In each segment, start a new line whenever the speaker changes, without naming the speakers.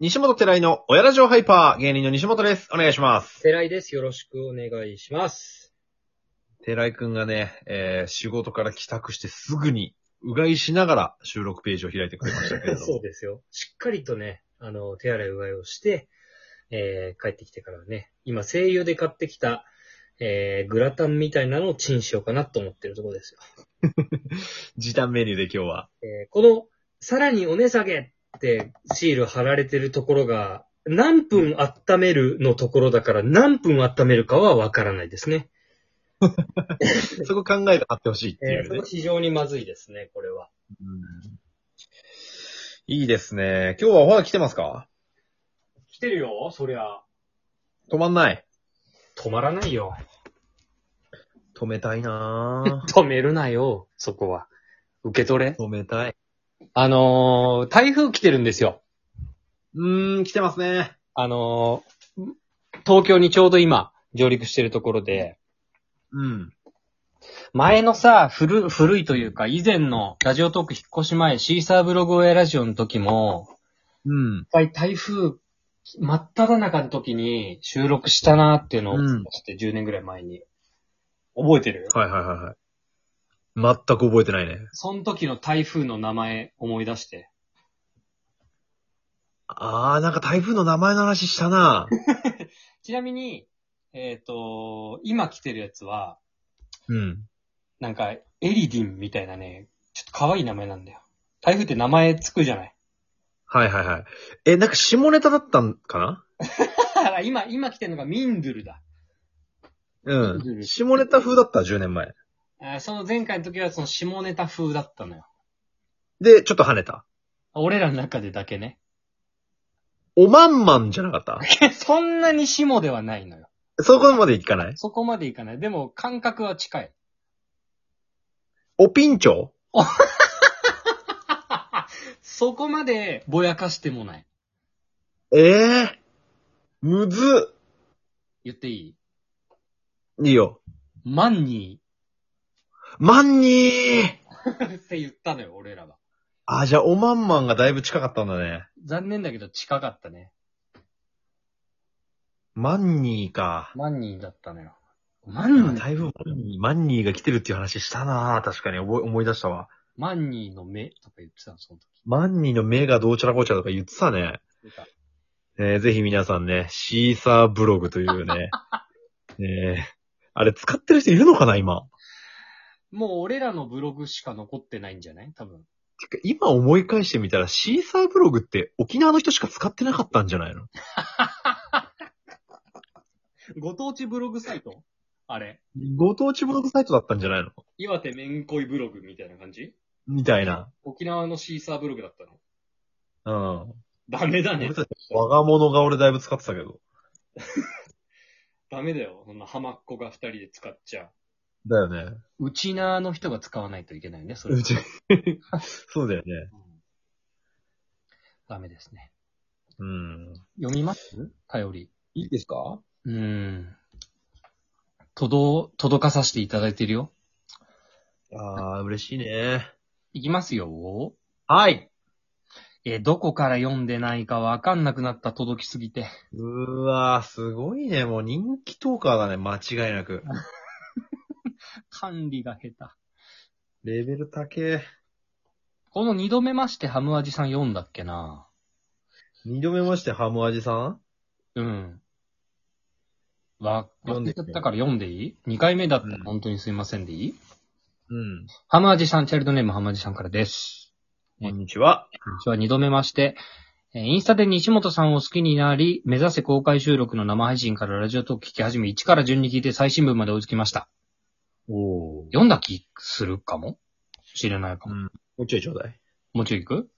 西本寺井の親ラジオハイパー、芸人の西本です。お願いします。
寺井です。よろしくお願いします。
寺井くんがね、えー、仕事から帰宅してすぐに、うがいしながら収録ページを開いてくれましたけれど
そう
も。
ですよ。しっかりとね、あの、手洗いうがいをして、えー帰ってきてからはね、今、声優で買ってきた、えーグラタンみたいなのをチンしようかなと思ってるところですよ。
時短メニューで今日は。
えーこの、さらにお値下げってシール貼られてるところが、何分温めるのところだから何分温めるかはわからないですね。
そこ考えて貼ってほしいってい
えー
う
そ
ね
れ。非常にまずいですね、これは。
うんいいですね。今日はおはがき来てますか
来てるよ、そりゃ。
止まんない。
止まらないよ。
止めたい な
止めるなよ、そこは。受け取れ
ぁ。。止めたい。
あのー台風来てるんですよ。
うーん、来てますね。
あのー東京にちょうど今、上陸してるところで、
うん。
前のさ、古、古いというか、以前のラジオトーク引っ越し前、シーサーブログオンエアラジオの時も、
うん
一。回台風、真っ只中の時に収録したなーっていうのを、
うん
して10年ぐらい前に。覚えてる
はいはいはいはい。全く覚えてないね。
その時の台風の名前思い出して。
あー、なんか台風の名前の話したな
ちなみに、えっ、と、今来てるやつは、
うん。
なんか、エリディンみたいなね、ちょっと可愛い名前なんだよ。台風って名前つくじゃない
はいはいはい。え、なんか下ネタだったんかな
今、今来てるのがミンドゥルだ。
うん。下ネタ風だった、10年前。
あーその前回の時はその下ネタ風だったのよ。
で、ちょっと跳ねた。
俺らの中でだけね。
おまんまんじゃなかった
そんなに下ではないのよ。
そこまでいかない
そこまでいかない。でも、感覚は近い。
おピンチョ
そこまでぼやかしてもない。
ええむず
言っていい
っ。いいよ。
マンニ
まんにー
ーって言ったのよ、俺らは。
あ、じゃあ、おまんまんがだいぶ近かったんだね。
残念だけど近かったね。
まんにーか。
マンニーだったのよ。マンニー
だいぶ、マンニーが来てるっていう話したな確かに覚え思い出したわ。
マンニーの目とか言ってたの、その時。
マンニーの目がどうちゃらこうちゃらとか言ってたね。えーぜひ皆さんね、シーサーブログという ね。えーあれ使ってる人いるのかな、今。
もう俺らのブログしか残ってないんじゃない多分。
てか今思い返してみたら、シーサーブログって沖縄の人しか使ってなかったんじゃないの
ご当地ブログサイトあれ
ご当地ブログサイトだったんじゃないの
岩手めんこいブログみたいな感じ
みたいな。
沖縄のシーサーブログだったの
うん。
ダメだね
俺。たち、我が物が俺だいぶ使ってたけど。
ダメだよ。そんな浜っ子が二人で使っちゃ
だよね。
う。うちなーの人が使わないといけないよね、それは。
うち、 そうだよね。
うんダメですね。
うん。
読みます頼り。
いいですか
うーん。届、届かさせていただいてるよ。
あー、嬉しいね。
いきますよ。
はい。
えー、どこから読んでないかわかんなくなった届きすぎて。
うーわー、すごいね。もう人気トーカーだね、間違いな く。
管理が下手。
レベル高え。
この二度目ましてハムアジさん読んだっけな
二度目ましてハムアジさん
うん。わ、
読ん
忘
で
れちゃったから読んでいい二回目だったら
うん
本当にすいませんでいい、
うん。
ハムアジさん、チャイルドネームハムアジさんからです。
こんにちは。
私は二度目まして、えーインスタで西本さんを好きになり、目指せ公開収録の生配信からラジオトーク聞き始め、1から順に聞いて最新聞まで追いつきました。
おー。
読んだ気するかも知れないかも。
もうちょいちょうだい。
もうちょい行く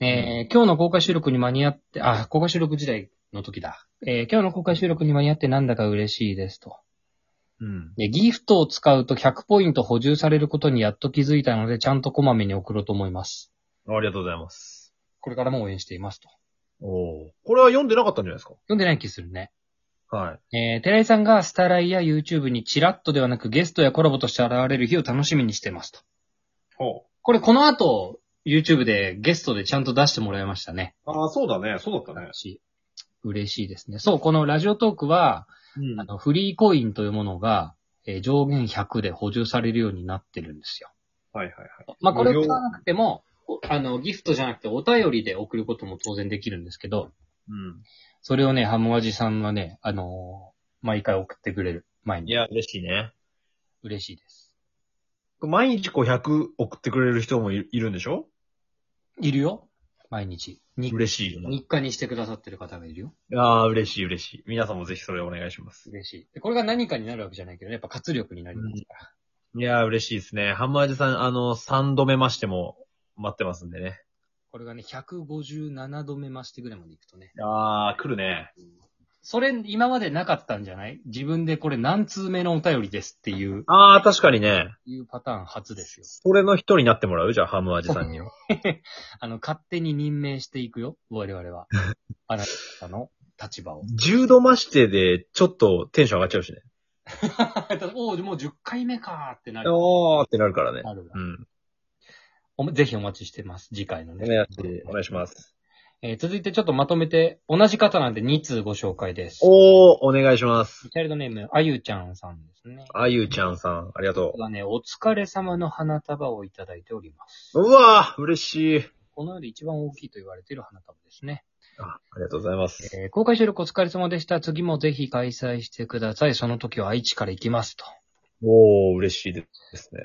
えー今日の公開収録に間に合って、あ、公開収録時代の時だ。えー今日の公開収録に間に合ってなんだか嬉しいですと。
うん。
で、ギフトを使うと100ポイント補充されることにやっと気づいたので、ちゃんとこまめに送ろうと思います。
ありがとうございます。
これからも応援していますと。
おー。これは読んでなかったんじゃないですか
読んでない気するね。
はい。
えー、寺井さんがスタライや YouTube にチラッとではなくゲストやコラボとして現れる日を楽しみにしてますと。
ほ
これこの後、 YouTube でゲストでちゃんと出してもらいましたね。
ああ、そうだね。そうだったね。
し嬉しいですね。そう、このラジオトークは、
うん
あの、フリーコインというものが、えー上限100で補充されるようになってるんですよ。
はいはいはい。
まあ、これ
無
を
料
使わなくても、おあの、ギフトじゃなくてお便りで送ることも当然できるんですけど、
うん。
それをね、ハムアジさんはね、あのー毎回送ってくれる前
い
に。
や、嬉しいね。
嬉しいです。
毎日こう100送ってくれる人もいいるんでしょ
いるよ毎日。に
嬉しいよね。
日課にしてくださってる方がいるよ。
ああ、嬉しい嬉しい。皆さんもぜひそれお願いします。
嬉しい。でこれが何かになるわけじゃないけど、やっぱ活力になりますから。
いやー嬉しいですね。ハンマージさん、あの、3度目ましても待ってますんでね。
これがね、157度目増してぐらいまでいくとね。
あー、来るね。
それ、今までなかったんじゃない自分でこれ何通目のお便りですっていう、
あー、確かにね。
いうパターン初ですよ。
それの人になってもらうじゃあ、ハムアジさんには。
あの、勝手に任命していくよ。我々 は。あなたの立 場を。
10度増してで、ちょっとテンション上がっちゃうしね。
おお、もう10回目かーってなる。
おーってなるからね。
なるな
うん。
おもぜひお待ちしてます。次回の
お
ね。
願いしお願いします。
えー続いてちょっとまとめて、同じ方なんで2通ご紹介です。
おー、お願いします。
チャイルドネーム、あゆちゃんさんですね。
あゆちゃんさん、ありがと
がね、お疲れ様の花束をいただいております。
う。うわー、嬉しい。
この世で一番大きいと言われている花束ですね。
あありがとうございます。
えー公開収録お疲れ様でした。次もぜひ開催してください。その時は愛知から行きますと。
おー、嬉しいですね。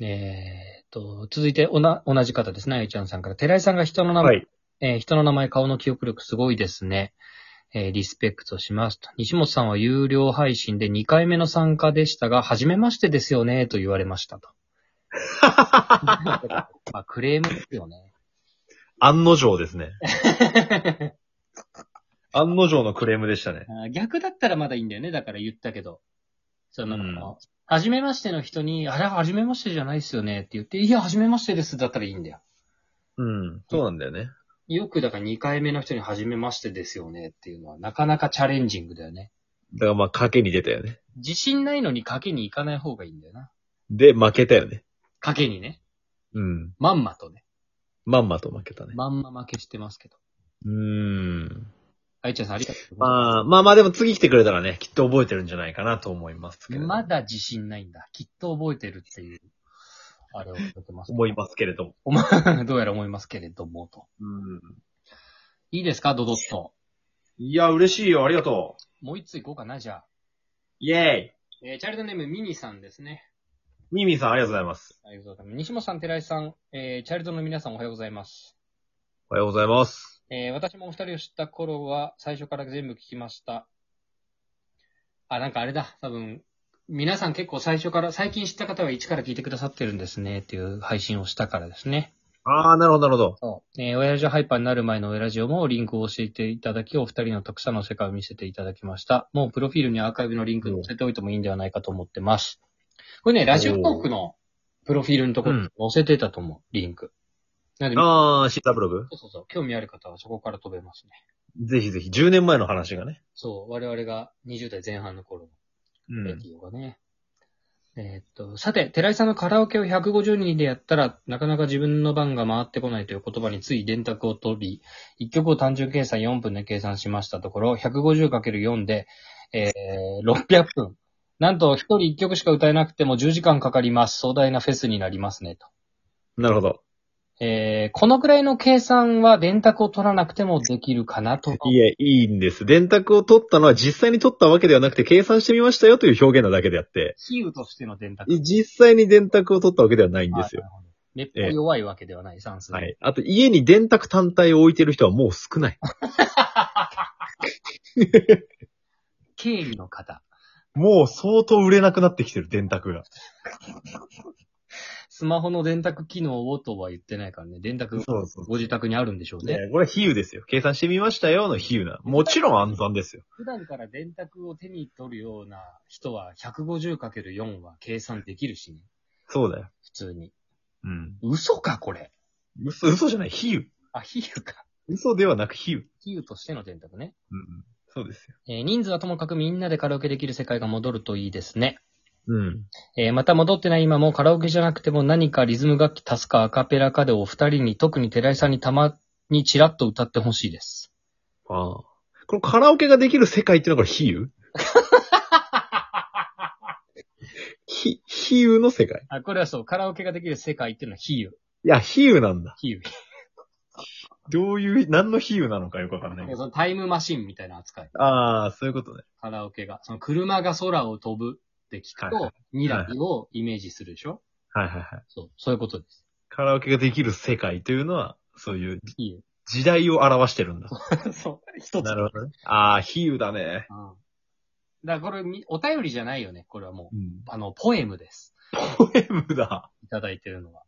えーっと、続いておな、同じ方ですね、あゆちゃんさんから。寺井さんが人の名前、
はい。
えー人の名前、顔の記憶力すごいですね。えーリスペクトしますと。西本さんは有料配信で2回目の参加でしたが、初めましてですよね、と言われまし たと。まあ、クレームですよ ね。
案の定です ね。案の定のクレームでしたね。
あー逆だったらまだいいんだよね。だから言ったけど。その、
うん
はじめましての人に、あれ、はじめましてじゃないっすよねって言って、いや、はじめましてですだったらいいんだよ。
うん。そうなんだよね。
よくだから2回目の人にはじめましてですよねっていうのは、なかなかチャレンジングだよね。
だからまあ、賭けに出たよね。
自信ないのに賭けに行かない方がいいんだよな。
で、負けたよね。
賭けにね。
うん。
まんまとね。
まんまと負けたね。
まんま負けしてますけど。
うーん。
あいちゃんさんありがとうございま
ま
す。
あ、まあまあでも次来てくれたらね、きっと覚えてるんじゃないかなと思いますけれど。
まだ自信ないんだ。きっと覚えてるっていう、あれを言ってます。
思いますけれども。
思い どうやら思いますけれども、と。
うん。
いいですか、ドドッと。
いや、嬉しいよ。ありがとう。
もう一ついこうかな、じゃあ。
イェーイ。
えーチャイルドネームミニさんですね。
ミミさん、ありがとうございます。
ありがとうございます。西本さん、寺井さん、えーチャイルドの皆さんおはようございます。
おはようございます。
えー私もお二人を知った頃は最初から全部聞きました。あ、なんかあれだ、多分、皆さん結構最初から、最近知った方は一から聞いてくださってるんですね、っていう配信をしたからですね。
あー、なるほど、なるほど。
そう。えー、親父ハイパーになる前の親ラジオもリンクを教えていただき、お二人のたくさんの世界を見せていただきました。もうプロフィールにアーカイブのリンク載せておいてもいいんではないかと思ってます。これね、ラジオトークのプロフィールのところに載せてたと思う、リンク。なんで、そ
あー、シータブログ
うそうそう、興味ある方はそこから飛べますね。
ぜひぜひ、10年前の話がね。
そう、我々が20代前半の頃
う
のレディオがね。えーっと、さて、寺井さんのカラオケを150人でやったら、なかなか自分の番が回ってこないという言葉につい電卓を取り、1曲を単純計算4分で計算しましたところ、150×4 で、えー、600分。なんと、1人1曲しか歌えなくても10時間かかります。壮大なフェスになりますね、と。
なるほど。
えー、このくらいの計算は電卓を取らなくてもできるかなと。
いえ、いいんです。電卓を取ったのは実際に取ったわけではなくて、計算してみましたよという表現なだけであって、
比喩としての電卓。
実際に電卓を取ったわけではないんですよ。
あ。なるほど熱波弱いわけではない、算数。
はい。あと、家に電卓単体を置いてる人はもう少ない。
経理の方。
もう相当売れなくなってきてる、電卓が。
スマホの電卓機能をとは言ってないからね、電卓、
そうそう。
ご自宅にあるんでしょうね。
ね、これは比喩ですよ。計算してみましたよの比喩な。もちろん暗算ですよ。
普段から電卓を手に取るような人は 150×4 は計算できるしね、
そうだよ。
普通に。
うん。
嘘か、これ。
嘘、嘘じゃない、比喩。
あ、比喩か。
嘘ではなく比喩。
比喩としての電卓ね。
うん。そうですよ。
えー人数はともかくみんなでカラオケできる世界が戻るといいですね。
うん。
えーまた戻ってない今もカラオケじゃなくても何かリズム楽器足すかアカペラかでお二人に、特に寺井さんにたまにチラッと歌ってほしいです。
ああ。このカラオケができる世界っていうのが比喩 ひ、比喩の世界。
あ、これはそう、カラオケができる世界っていうのは比喩。
いや、比喩なんだ。
比喩。
どういう、何の比喩なのかよくわかんないけど。
そのタイムマシンみたいな扱い。
ああ、そういうことね。
カラオケが。その車が空を飛ぶって聞く
はいは
と、未来をイメージするでしょ
はいはいはい。
そう、そういうことです。
カラオケができる世界というのは、そういう
比
時代を表してるんだ。
喩。 そう、一つ。
なるほどね。ああ、比喩だね。
うん。だからこれみ、お便りじゃないよね。これはもう、
うん。
あの、ポエムです。
ポエムだ。
いただいてるのは。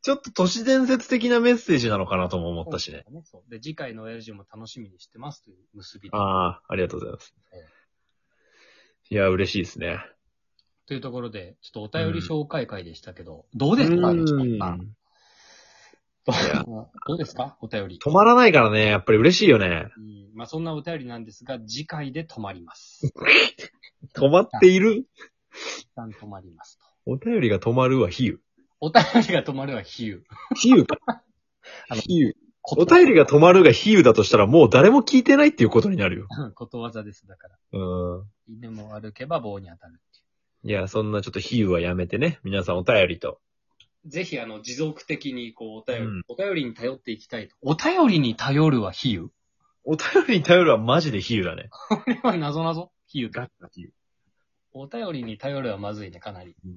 ちょっと都市伝説的なメッセージなのかなとも思ったしね。
そう。そうで、次回の LG も楽しみにしてますという結びで。
ああ、ありがとうございます
え。
いや、嬉しいですね。
というところで、ちょっとお便り紹介会でしたけど、どうですか
う
西
ん
田さん
いや
どうですかお便り。
止まらないからね、やっぱり嬉しいよね。
うんまあ、そんなお便りなんですが、次回で止まります。一
止まっている
旦止まりますと。
お便りが止まるは比喩。
お便りが止まるは比喩。
比喩 か。
あの
比喩。お便りが止まるが比喩だとしたらもう誰も聞いてないっていうことになるよ。
うん ことわざです。だから。
う
犬も歩けば棒に当たるってい
ん。いや、そんなちょっと比喩はやめてね。皆さんお便りと。
う。ぜひ、あの、持続的に、こう、お便り、
うん
お便りに頼っていきたいと。お便りに頼るは比喩
お便りに頼るはマジで比喩だね。
これは謎謎比喩か。
比喩。
お便りに頼るはまずいね、かなり。
うん、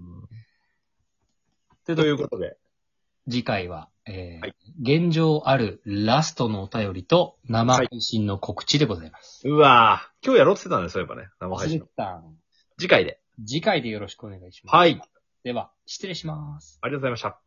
ということで。
次回は、えー
はい
現状あるラストのお便りと生配信の告知でございます。
うわぁ。今日やろうって言ってたね、そういえばね。生
忘
配
れて
信。
た。
次回で。
次回でよろしくお願いします。
はい。
では、失礼します。
ありがとうございました。